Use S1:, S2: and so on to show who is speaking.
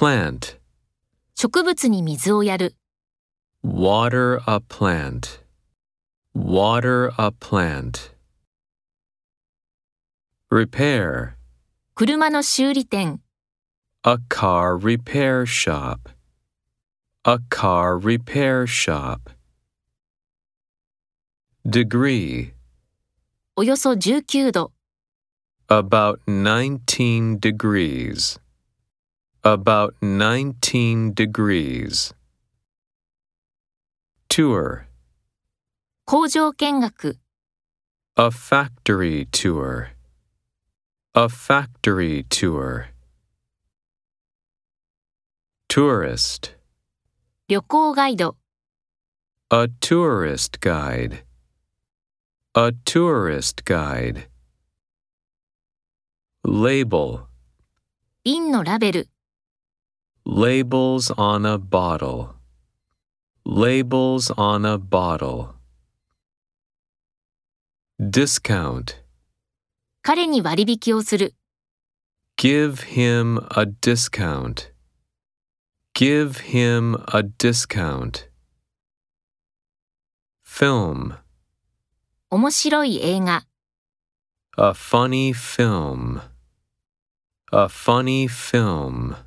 S1: Plant.
S2: 植物に水をやる。
S1: Water a plant. Water a plant. Repair.
S2: 車の修理店。
S1: A car repair shop. A car repair shop. Degree.
S2: およそ19度。
S1: About 19 degrees. About 19 degrees. Tour.
S2: 工場見学。
S1: A factory tour. A factory tour. Tourist.
S2: 旅行ガイド。
S1: A tourist guide. A tourist guide. Label.
S2: 瓶のラベル。
S1: Labels on a bottle. Labels on a bottle. Discount.
S2: 彼に割引をする。
S1: Give him a discount. Give him a discount. Film.
S2: 面白い映画。
S1: A funny film. A funny film.